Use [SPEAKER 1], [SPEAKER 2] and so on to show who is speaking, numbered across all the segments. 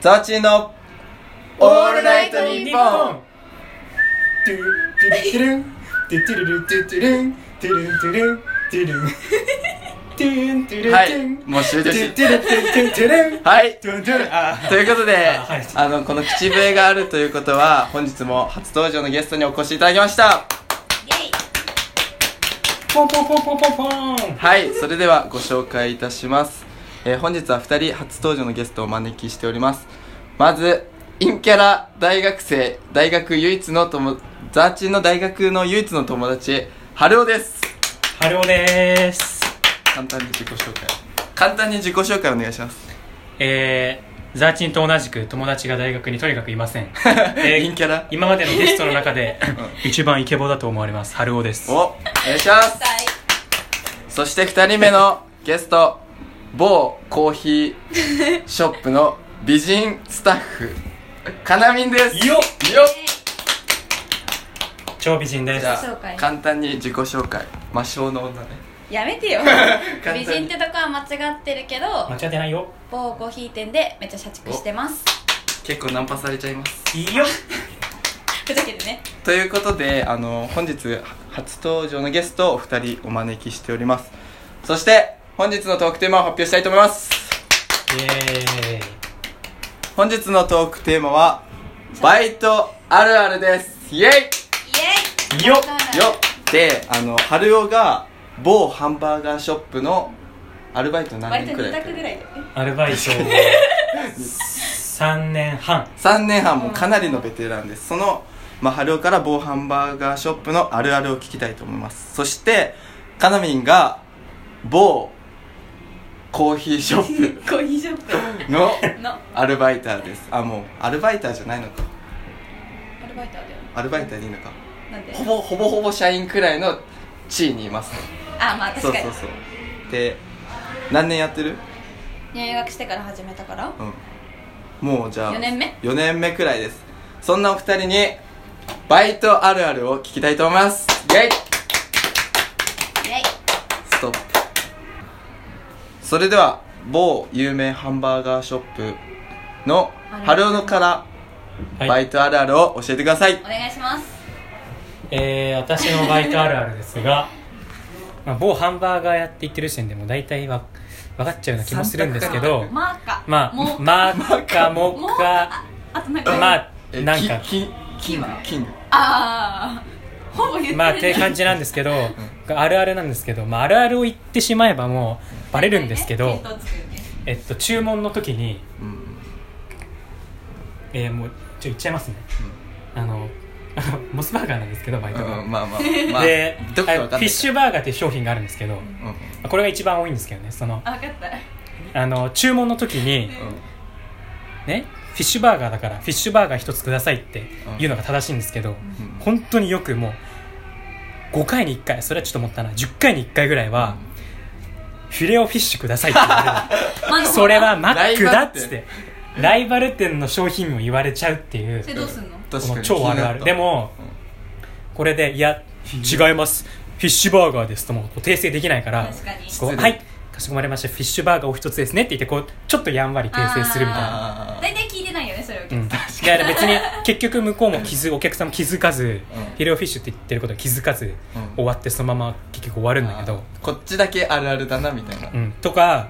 [SPEAKER 1] ザーチーの
[SPEAKER 2] オールナイトニッポン
[SPEAKER 1] トゥルトゥルントゥトゥルルトゥトゥルントゥルントゥルントゥルントゥルントゥルン
[SPEAKER 2] はいもう終了
[SPEAKER 1] トゥ
[SPEAKER 2] し
[SPEAKER 1] ルトゥルントゥルントゥルン
[SPEAKER 2] はい
[SPEAKER 1] トゥルントゥルンあー
[SPEAKER 2] ということで、
[SPEAKER 1] あ
[SPEAKER 2] あ,、
[SPEAKER 1] はい
[SPEAKER 2] の、この口笛があるということは、本日も初登場のゲストにお越しいただきました。
[SPEAKER 1] ポンポンポンポンポンポン
[SPEAKER 2] はい、それではご紹介いたします。えー本日は2人初登場のゲストをお招きしております。まず、陰キャラ大学生、大学唯一の友、ザーチンの大学の唯一の友達、春尾です。
[SPEAKER 1] ハローでーす
[SPEAKER 2] 簡単に自己紹介。簡単に自己紹介お願いします。
[SPEAKER 3] えー、ザーチンと同じく友達が大学にとにかくいま せん、え
[SPEAKER 2] 陰
[SPEAKER 3] ー、
[SPEAKER 2] キャラ
[SPEAKER 3] 今までのゲストの中で一番イケボだと思われます春尾です
[SPEAKER 2] お、お願いします。そして2人目のゲスト某コーヒーショップの美人スタッフかなみんです
[SPEAKER 1] よっ
[SPEAKER 2] よ
[SPEAKER 3] 超美人です
[SPEAKER 2] じゃ
[SPEAKER 4] 自己紹
[SPEAKER 2] あ
[SPEAKER 4] 介
[SPEAKER 2] 簡単に自己紹介魔性の女ね
[SPEAKER 4] やめてよ
[SPEAKER 2] 簡単に
[SPEAKER 4] 美人ってとこは間違ってるけど
[SPEAKER 3] 間違ってないよ
[SPEAKER 4] 某コーヒー店でめっちゃ社畜してます
[SPEAKER 2] 結構ナンパされちゃいます
[SPEAKER 3] い いよ
[SPEAKER 4] ふざけてね
[SPEAKER 2] ということであの本日初登場のゲストをお二人お招きしておりますそして本日のトークテーマを発表したいと思います
[SPEAKER 3] イエーイ
[SPEAKER 2] 本日のトークテーマはバイトあるあるですイエイ
[SPEAKER 4] イエイ
[SPEAKER 3] よっ
[SPEAKER 2] よであの春雄が某ハンバーガーショップのアルバイト何
[SPEAKER 4] 割と
[SPEAKER 2] 年くら
[SPEAKER 4] 2
[SPEAKER 2] い
[SPEAKER 4] 択ぐらいだよね
[SPEAKER 3] アル バイト3年半
[SPEAKER 2] 3年半もうかなりのベテランですその、まあ、春雄から某ハンバーガーショップのあるあるを聞きたいと思いますそしてかなみんが某コーヒーショッ
[SPEAKER 4] コーヒーショッ
[SPEAKER 2] プ の
[SPEAKER 4] プのア
[SPEAKER 2] アルバイターですあもうアルバイターじゃないのか
[SPEAKER 4] ルバイトだよね
[SPEAKER 2] アルバイターでいいのか
[SPEAKER 4] なんで
[SPEAKER 2] ほぼほぼほぼ社員くらいの地位にいます
[SPEAKER 4] あまあ
[SPEAKER 2] そうそ
[SPEAKER 4] 確か
[SPEAKER 2] う
[SPEAKER 4] に
[SPEAKER 2] そうで何年やってる
[SPEAKER 4] 入学してから始めたから
[SPEAKER 2] うん、もうじゃあ
[SPEAKER 4] 4年目
[SPEAKER 2] 4年目くらいですそんなお二人にバイトあるあるを聞きたいと思いますイェイ
[SPEAKER 4] イエイ
[SPEAKER 2] ストップそれでは某有名ハンバーガーショップの
[SPEAKER 4] あ
[SPEAKER 2] 春
[SPEAKER 4] るある
[SPEAKER 2] 尾のから
[SPEAKER 3] はい
[SPEAKER 2] バイトあるあるを教えてください、
[SPEAKER 4] お願いします
[SPEAKER 3] えー、私のバイトあるあるですが、まあ、某ハンバーガー屋って言ってる時点でもう大体わ分かっちゃうような気もするんですけど
[SPEAKER 4] マーカ
[SPEAKER 3] ま
[SPEAKER 4] も
[SPEAKER 3] あまあかも
[SPEAKER 4] も
[SPEAKER 3] か
[SPEAKER 4] ああとなんか
[SPEAKER 3] まあ
[SPEAKER 2] え
[SPEAKER 3] なんか
[SPEAKER 2] キンキンキングキング
[SPEAKER 4] ああほぼ言ってる
[SPEAKER 3] まあって感じなんですけどあるあるなんですけど、まあ、あるあるを言ってしまえばもうバレるんですけど、
[SPEAKER 4] 見当つくよね
[SPEAKER 3] えっと、注文の時に、
[SPEAKER 2] うん
[SPEAKER 3] えーもうちょ言っちゃいますね、あの モスバーガーなんですけどバイトが、
[SPEAKER 2] うんまあまあまあ
[SPEAKER 3] で、
[SPEAKER 2] どっか
[SPEAKER 3] あ
[SPEAKER 2] わかんな
[SPEAKER 3] のフィ
[SPEAKER 2] い
[SPEAKER 3] ッシュバーガーっていう商品があるんですけど、
[SPEAKER 2] うんうん
[SPEAKER 3] これが一番多いんですけどねその
[SPEAKER 4] あ分かった
[SPEAKER 3] あの注文の時に、ね、フィッシュバーガーだからフィッシュバーガー一つくださいっていうのが正しいんですけど、
[SPEAKER 2] ん
[SPEAKER 3] 本当によくもう5回に1回それはちょっと思ったな10回に1回ぐらいは、フィレオフィッシュくださいって言われる
[SPEAKER 4] ま あ
[SPEAKER 3] それはマックだっ
[SPEAKER 2] ライバル店
[SPEAKER 3] つってライバル店の商品を言われちゃうっていう
[SPEAKER 4] それどうすんの
[SPEAKER 2] 確か
[SPEAKER 3] も
[SPEAKER 2] に
[SPEAKER 3] う超あるあるでも、これでいや違いますフィッシュバーガーですともう訂正できないから
[SPEAKER 4] 確かに
[SPEAKER 3] こうはいかしこまりましたフィッシュバーガーお一つですねって言ってこうちょっとやんわり訂正するみたいな
[SPEAKER 2] あー
[SPEAKER 4] 大体聞いてないよねそれを聞いて
[SPEAKER 3] うん、だから別に結局向こうも気づお客さんも気づかず、フィレオフィッシュって言ってることは気づかず、
[SPEAKER 2] うん
[SPEAKER 3] 終わってそのまま結局終わるんだけど、
[SPEAKER 2] こっちだけあるあるだなみたいな、
[SPEAKER 3] うん、とか、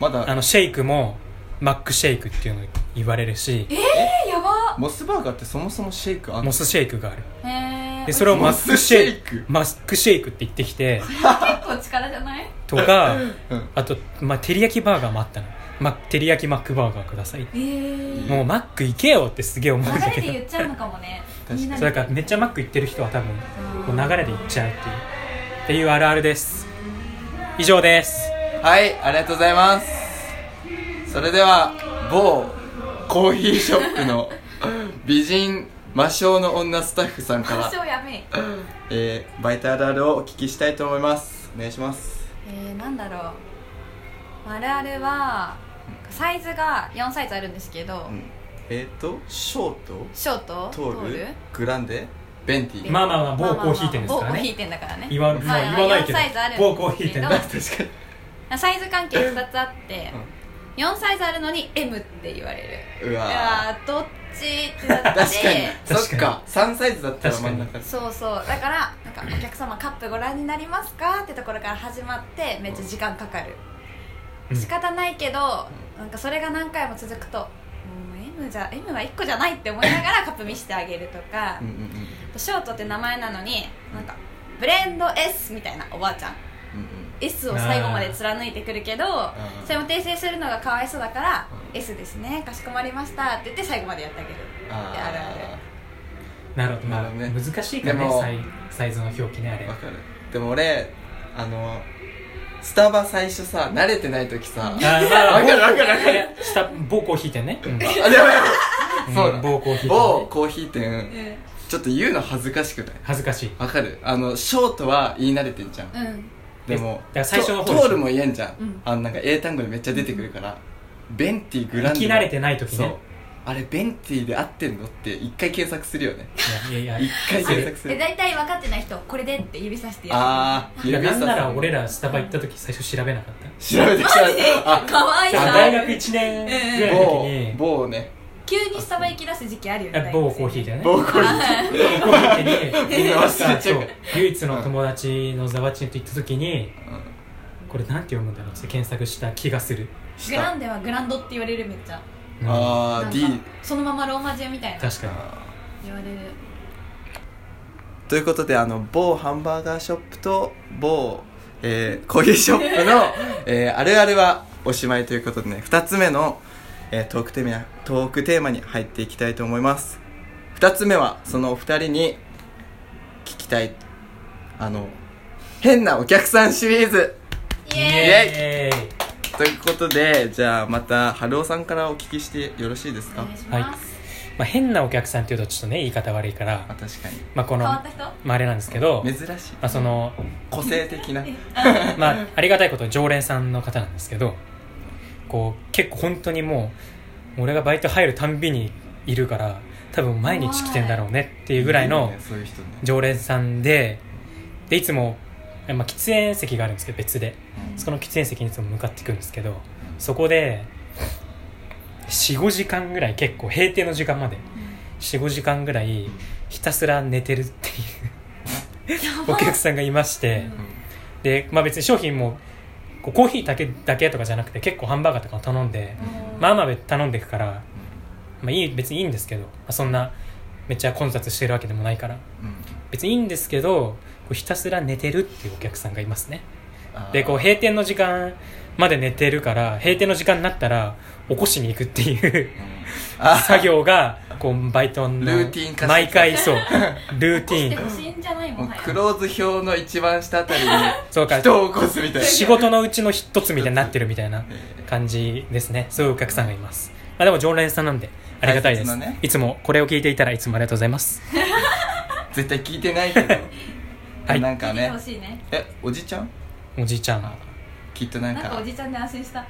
[SPEAKER 2] まだ
[SPEAKER 3] あのシェイクもマックシェイクっていうの言われるし
[SPEAKER 4] えやば
[SPEAKER 2] モスバーガーってそもそもシェイクあんの
[SPEAKER 3] モスシェイクがある
[SPEAKER 4] へえ
[SPEAKER 3] でそれを
[SPEAKER 2] マ
[SPEAKER 3] マ
[SPEAKER 2] ッ
[SPEAKER 3] ッ
[SPEAKER 2] ク
[SPEAKER 3] ク
[SPEAKER 2] シ
[SPEAKER 3] シ
[SPEAKER 2] ェ
[SPEAKER 3] ェ
[SPEAKER 2] イ
[SPEAKER 3] イ
[SPEAKER 2] ク
[SPEAKER 3] クマックシェイクって言ってきて
[SPEAKER 4] 結構力じゃない
[SPEAKER 3] とか、
[SPEAKER 2] うん
[SPEAKER 3] あと、まあ、照り焼きバーガーもあったの、ま、照り焼きマックバーガーくださいって
[SPEAKER 4] えー
[SPEAKER 3] もうマック行けよってすげえ思うんだ
[SPEAKER 4] 流
[SPEAKER 3] け
[SPEAKER 4] れ
[SPEAKER 3] ど
[SPEAKER 4] で言っちゃうのかもね
[SPEAKER 2] かに
[SPEAKER 4] みんな
[SPEAKER 3] そう
[SPEAKER 4] に
[SPEAKER 3] だからめっちゃマック行ってる人は多分こう流れで行っちゃうっていうっていうあるあるです以上です
[SPEAKER 2] はいありがとうございますそれでは某コーヒーショップ の美人魔性の女スタッフさんか
[SPEAKER 4] 多
[SPEAKER 2] ら、
[SPEAKER 4] 少やめえ
[SPEAKER 2] えー、バイトあるあるをお聞きしたいと思いますお願いします
[SPEAKER 4] えー、なんだろう我々はサイズが4サイズあるんですけど、
[SPEAKER 2] うんえっ、ー、とショート
[SPEAKER 4] ショート
[SPEAKER 2] トールグランデベンティ
[SPEAKER 4] で
[SPEAKER 2] ま
[SPEAKER 3] まあまあまあ某
[SPEAKER 4] まあまあまあ
[SPEAKER 3] コーヒー店ですからね
[SPEAKER 4] 某コーヒー店だからね
[SPEAKER 3] 言わ,、
[SPEAKER 4] まあ
[SPEAKER 3] 言わないけど
[SPEAKER 4] 4サイズあるんですけど
[SPEAKER 3] 某コーヒー店だ
[SPEAKER 2] 確かに
[SPEAKER 4] サイズ関係2つあって、 4サイズあるのに M って言われる
[SPEAKER 2] う
[SPEAKER 4] い
[SPEAKER 2] わ
[SPEAKER 4] やーどっちってなっ
[SPEAKER 2] ー確か
[SPEAKER 4] て
[SPEAKER 2] にそっか3サイズだったら真ん中
[SPEAKER 4] そうそうだからなんかお客様カップご覧になりますかってところから始まってめっちゃ時間かかる、
[SPEAKER 3] うん
[SPEAKER 4] 仕方ないけどなんかそれが何回も続くともう M, じゃ M は1個じゃないって思いながらカップ見せてあげるとか
[SPEAKER 2] うんうんうん
[SPEAKER 4] ショートって名前なのになんかブレンド S みたいなおばあちゃん
[SPEAKER 2] うん
[SPEAKER 4] S を最後まで貫いてくるけど
[SPEAKER 2] ん
[SPEAKER 4] それも訂正するのがかわいそうだから
[SPEAKER 2] う
[SPEAKER 4] S ですねかしこまりましたって言って最後までやってあげる
[SPEAKER 2] うん
[SPEAKER 4] いやあるある
[SPEAKER 2] あ
[SPEAKER 3] なるほど、ま
[SPEAKER 2] な
[SPEAKER 3] あ
[SPEAKER 2] るほどね
[SPEAKER 3] 難しいから
[SPEAKER 2] で
[SPEAKER 3] ね
[SPEAKER 2] も
[SPEAKER 3] サイサイズの表記ねあ
[SPEAKER 2] あ
[SPEAKER 3] れ
[SPEAKER 2] わかるでも俺あのスタバ最初さ慣れてない時 さ
[SPEAKER 3] あーまあ
[SPEAKER 2] わかるわかるわかる
[SPEAKER 3] る下某コーヒー店ね、うん
[SPEAKER 2] あでもそう
[SPEAKER 3] うん
[SPEAKER 2] だ
[SPEAKER 3] 某コーヒー店ね
[SPEAKER 2] 某コーヒー
[SPEAKER 4] う
[SPEAKER 2] 店
[SPEAKER 4] ん
[SPEAKER 2] ちょっと言うの恥ずかしくない
[SPEAKER 3] 恥ずかしい
[SPEAKER 2] わかるあのショートは言い慣れてんじゃん
[SPEAKER 4] うん
[SPEAKER 2] でも
[SPEAKER 3] だから最初の方でしょ
[SPEAKER 2] トトールも言えんじゃん、
[SPEAKER 4] うん
[SPEAKER 2] あのなんか英単語でめっちゃ出てくるから、ベンティグランデ
[SPEAKER 3] 聞き慣れてない時ね
[SPEAKER 2] そうあれベンティで合ってんのって一回検索するよね
[SPEAKER 3] いやいやい
[SPEAKER 2] 一
[SPEAKER 3] や
[SPEAKER 2] 回検索す
[SPEAKER 4] え
[SPEAKER 2] る
[SPEAKER 4] 大体分かってない人これでって指さしてや
[SPEAKER 2] ああ
[SPEAKER 3] いやなんなら俺らスタバ行った時最初調べなかった
[SPEAKER 2] 調べてきた
[SPEAKER 4] るかわいい
[SPEAKER 2] あ
[SPEAKER 3] あ
[SPEAKER 2] の
[SPEAKER 3] 大
[SPEAKER 4] な
[SPEAKER 3] 学1年ぐらいの時
[SPEAKER 2] 某
[SPEAKER 3] に
[SPEAKER 2] 某ね
[SPEAKER 4] 急にスタバ行き出す時期あるよね
[SPEAKER 3] え某コーヒーだよね
[SPEAKER 2] 某コーヒー
[SPEAKER 3] 某コーヒー店に
[SPEAKER 2] みんな忘れちゃう
[SPEAKER 3] そう唯一の友達のザワチンと行った時に
[SPEAKER 2] うん
[SPEAKER 3] これなんて読むんだろうって検索した気がする、
[SPEAKER 2] し
[SPEAKER 4] グラ
[SPEAKER 2] た
[SPEAKER 4] ンデはグランドって言われるめっちゃ
[SPEAKER 3] うん
[SPEAKER 2] あ
[SPEAKER 4] な
[SPEAKER 2] あ
[SPEAKER 4] んか
[SPEAKER 2] D
[SPEAKER 4] そのままローマ字みたいな
[SPEAKER 3] 確かに
[SPEAKER 2] あ
[SPEAKER 4] 言われる
[SPEAKER 2] ーということであの某ハンバーガーショップと某、えーコーヒーショップ の、えーあるあるはおしまいということでね2つ目の、えートークテーマトークテーマに入っていきたいと思います2つ目はそのお二人に聞きたいあの変なお客さんシリーズ
[SPEAKER 4] イ
[SPEAKER 3] イ
[SPEAKER 4] エーイ
[SPEAKER 3] エーイ
[SPEAKER 2] ということでじゃあまた春尾さんからお聞きしてよろしいです
[SPEAKER 4] お
[SPEAKER 2] か
[SPEAKER 4] 願いします
[SPEAKER 3] まあ、変なお客さんっていうとちょっとね言い方悪いか
[SPEAKER 2] あ
[SPEAKER 3] ら、
[SPEAKER 2] 確かに
[SPEAKER 3] まあ、こ
[SPEAKER 4] 変
[SPEAKER 3] の
[SPEAKER 4] わった人
[SPEAKER 3] まあ、あれなんですけど、ま
[SPEAKER 2] 珍しい
[SPEAKER 3] あ、その
[SPEAKER 2] 個性的な
[SPEAKER 3] まあ、ありがたいことに常連さんの方なんですけどこう結構本当にもう俺がバイト入るたんびにいるから多分毎日来てんだろうねっていう ぐらいの
[SPEAKER 2] ねそういう人ね
[SPEAKER 3] 常連さんででいつも、まあ、喫煙席があるんですけど別で
[SPEAKER 2] うん
[SPEAKER 3] そこの喫煙席にいつも向かっていくんですけどそこで45時間ぐらい結構閉店の時間まで45時間ぐらいひたすら寝てるっていうお客さんがいまして、で、まあ、別に商品もこうコーヒーだけだけとかじゃなくて結構ハンバーガーとかも頼んで、まあまあ頼んでいくから、まあ、いい別にいいんですけど、まあ、そんなめっちゃ混雑してるわけでもないから
[SPEAKER 2] うん
[SPEAKER 3] 別にいいんですけどこうひたすら寝てるっていうお客さんがいますね
[SPEAKER 2] あー
[SPEAKER 3] でこう閉店の時間まで寝てるから閉店の時間になったら起こしに行くっていう
[SPEAKER 2] あ
[SPEAKER 3] 作業がこうバイトの
[SPEAKER 2] ルーティン化して
[SPEAKER 3] 毎 回そうルーティ
[SPEAKER 4] 起して
[SPEAKER 3] ン
[SPEAKER 4] ほしいんじゃないも
[SPEAKER 2] もう
[SPEAKER 4] はや
[SPEAKER 2] クローズ表の一番下あたり に
[SPEAKER 3] そうか
[SPEAKER 2] 人を起こすみたいな
[SPEAKER 3] 仕事のうちの一つみたいになってるみたいな
[SPEAKER 2] え
[SPEAKER 3] 感じですねそういうお客さんがいます、まあ、でも常連さんなんでありがたいで
[SPEAKER 2] 大
[SPEAKER 3] す、
[SPEAKER 2] 切なね
[SPEAKER 3] いつもこれを聞いていたらいつもありがとうございます
[SPEAKER 2] ー絶対聞いてない けど、
[SPEAKER 3] はい
[SPEAKER 2] なんか
[SPEAKER 4] 見て
[SPEAKER 2] ね
[SPEAKER 4] ほしいね
[SPEAKER 2] えおじちゃん
[SPEAKER 3] おじいちゃん
[SPEAKER 2] あきっとなん
[SPEAKER 4] な
[SPEAKER 2] か
[SPEAKER 4] んかおじちゃんで安心した
[SPEAKER 2] うん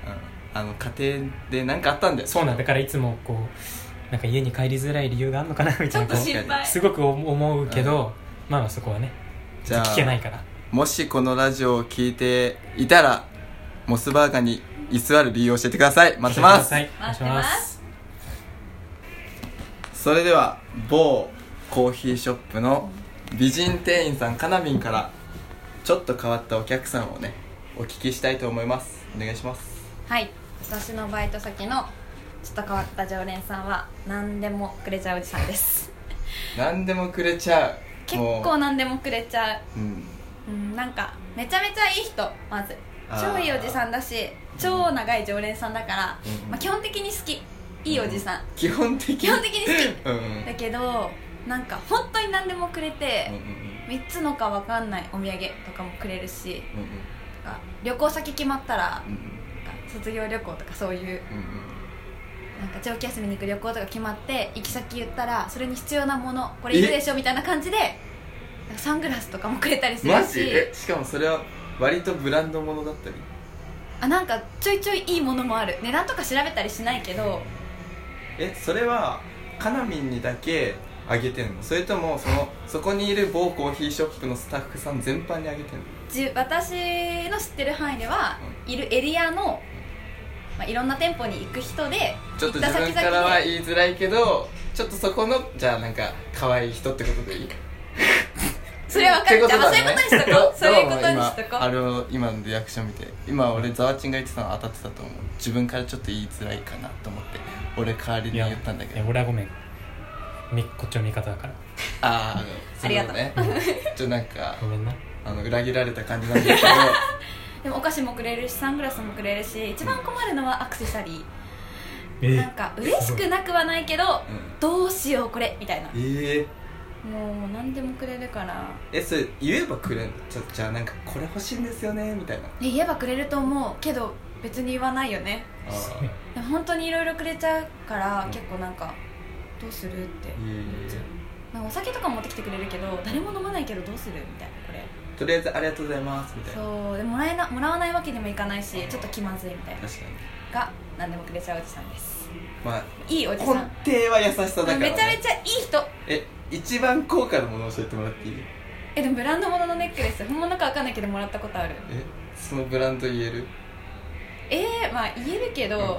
[SPEAKER 2] あの家庭で何かあったんだよ
[SPEAKER 3] そうなんだ
[SPEAKER 2] だ
[SPEAKER 3] からいつもこうなんか家に帰りづらい理由があるのかなみ
[SPEAKER 4] ち
[SPEAKER 3] た
[SPEAKER 4] ょ
[SPEAKER 3] い
[SPEAKER 4] っ
[SPEAKER 3] な
[SPEAKER 4] と
[SPEAKER 3] こ
[SPEAKER 4] 心
[SPEAKER 3] う
[SPEAKER 4] 配
[SPEAKER 3] すごく思うけど、まあまあそこはね
[SPEAKER 2] じゃあ
[SPEAKER 3] 聞けないから
[SPEAKER 2] もしこのラジオを聞いていたらモスバーガーに居座る理由を教えてください待ってます
[SPEAKER 3] はいお願いします
[SPEAKER 2] それでは某コーヒーショップの美人店員さんかなみんからちょっと変わったお客さんをねお聞きしたいと思いますお願いします
[SPEAKER 4] はい私のバイト先のちょっと変わった常連さんは何でもくれちゃうおじさんです
[SPEAKER 2] 何でもくれちゃう
[SPEAKER 4] 結
[SPEAKER 2] も
[SPEAKER 4] 構何でもくれちゃう
[SPEAKER 2] う、うん、
[SPEAKER 4] うん、なんかめちゃめちゃいい人まず
[SPEAKER 2] あー
[SPEAKER 4] 超いいおじさんだし超長い常連さんだから、
[SPEAKER 2] うん
[SPEAKER 4] まあ、基本的に好きいいおじさん、
[SPEAKER 2] 基本的に
[SPEAKER 4] 基本的に好
[SPEAKER 2] うんうん
[SPEAKER 4] きだけどなんか本当に何でもくれて
[SPEAKER 2] うんうんうん
[SPEAKER 4] 3つのか分かんないお土産とかもくれるし
[SPEAKER 2] うん
[SPEAKER 4] なんか旅行先決まったら
[SPEAKER 2] うん
[SPEAKER 4] なんか卒業旅行とかそういう
[SPEAKER 2] うんうん
[SPEAKER 4] なんか長期休みに行く旅行とか決まって行き先言ったらそれに必要なものこれいるでしょみたいな感じでなんかサングラスとかもくれたりす
[SPEAKER 2] うん
[SPEAKER 4] る
[SPEAKER 2] マジ
[SPEAKER 4] し
[SPEAKER 2] えしかもそれは割とブランドものだったり
[SPEAKER 4] あなんかちょいちょいいいものもある値段とか調べたりしないけど
[SPEAKER 2] えそれはかなみんにだけあげてんのそれともそのそこにいる某コーヒーショップのスタッフさん全般にあげてんの
[SPEAKER 4] じゅ私の知ってる範囲では、いるエリアのまあ、いろんな店舗に行く人で
[SPEAKER 2] ちょっと自分からは言いづらいけどちょっとそこのじゃあなんか可愛い人ってことでいい
[SPEAKER 4] それ分かるじゃあまあそういうことにしとこ うそういうことにし
[SPEAKER 2] どうも
[SPEAKER 4] と
[SPEAKER 2] 今
[SPEAKER 4] こ
[SPEAKER 2] あ
[SPEAKER 4] う
[SPEAKER 2] れを今のリアクション見て今俺ざわちんが言ってたの当たってたと思う自分からちょっと言いづらいかなと思って俺代わりに
[SPEAKER 3] いや
[SPEAKER 2] 言ったんだけ
[SPEAKER 3] い
[SPEAKER 2] ど
[SPEAKER 3] や俺はごめんみこっちの味方だから
[SPEAKER 2] ああ
[SPEAKER 4] ありがとう
[SPEAKER 2] ねちょっとなんか
[SPEAKER 3] ごめんな
[SPEAKER 2] あの裏切られた感じなんだけど
[SPEAKER 4] でもお菓子もくれるしサングラスもくれるし一番困るのはアクセサリー
[SPEAKER 3] え
[SPEAKER 4] なんか嬉しくなくはないけど
[SPEAKER 2] うん
[SPEAKER 4] どうしようこれみたいな
[SPEAKER 2] ええ
[SPEAKER 4] もう何でもくれるから
[SPEAKER 2] えそれ言えばくれんちょじゃあなんかこれ欲しいんですよねみたいな
[SPEAKER 4] ね言えばくれると思うけど別に言わないよね
[SPEAKER 2] あー
[SPEAKER 4] でも本当にいろいろくれちゃうから
[SPEAKER 2] うん
[SPEAKER 4] 結構なんかどうするって
[SPEAKER 2] え
[SPEAKER 4] なんかお酒とか持ってきてくれるけど誰も飲まないけどどうするみたいなこれ
[SPEAKER 2] えとりあえずありがとうございますみたいな
[SPEAKER 4] そうでもらえなもらわないわけにもいかないしちょっと気まずいみたいな
[SPEAKER 2] 確かに
[SPEAKER 4] が何でもくれちゃうおじさんです
[SPEAKER 2] まあ
[SPEAKER 4] いいおじ
[SPEAKER 2] 根
[SPEAKER 4] さん
[SPEAKER 2] 底は優しさだから、ね、
[SPEAKER 4] めちゃめちゃいい人
[SPEAKER 2] え一番高価なものを教えてもらっていい
[SPEAKER 4] えでもブランド物のネックレス本物か分かんないけどもらったことある
[SPEAKER 2] えそのブランド言える
[SPEAKER 4] えー、まあ言えるけど、
[SPEAKER 2] うん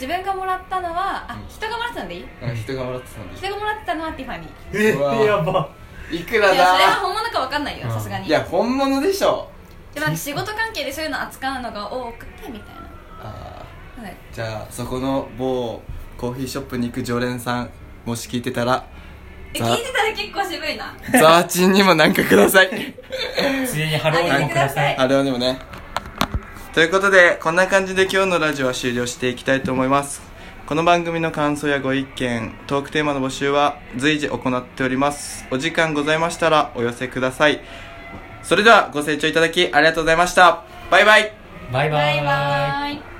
[SPEAKER 4] 自分がもらったのはあ、
[SPEAKER 2] うん
[SPEAKER 4] 人がもらってたんでいい
[SPEAKER 2] あ人がもらってたんで
[SPEAKER 4] 人がもらってたのはティファニー
[SPEAKER 2] えや
[SPEAKER 3] ば
[SPEAKER 2] いくら
[SPEAKER 4] いやそれは
[SPEAKER 2] だ
[SPEAKER 4] 本物か分かんないよ
[SPEAKER 3] うん
[SPEAKER 4] さすがに
[SPEAKER 2] いや本物でしょ
[SPEAKER 4] でもなんか仕事関係でそういうの扱うのが多くてみたい
[SPEAKER 2] あ
[SPEAKER 4] なはい
[SPEAKER 2] ーじゃあそこの某コーヒーショップに行く常連さんもし聞いてた ら
[SPEAKER 4] え
[SPEAKER 2] ざ
[SPEAKER 4] 聞いてたら結構渋いな
[SPEAKER 2] ザワチンにもなんかください
[SPEAKER 3] ついでにハローにもください
[SPEAKER 2] あれはでもねということでこんな感じで今日のラジオは終了していきたいと思いますこの番組の感想やご意見トークテーマの募集は随時行っておりますお時間ございましたらお寄せくださいそれではご清聴いただきありがとうございましたバイバイ
[SPEAKER 3] バイバ
[SPEAKER 4] バ
[SPEAKER 3] イ
[SPEAKER 4] イバーイ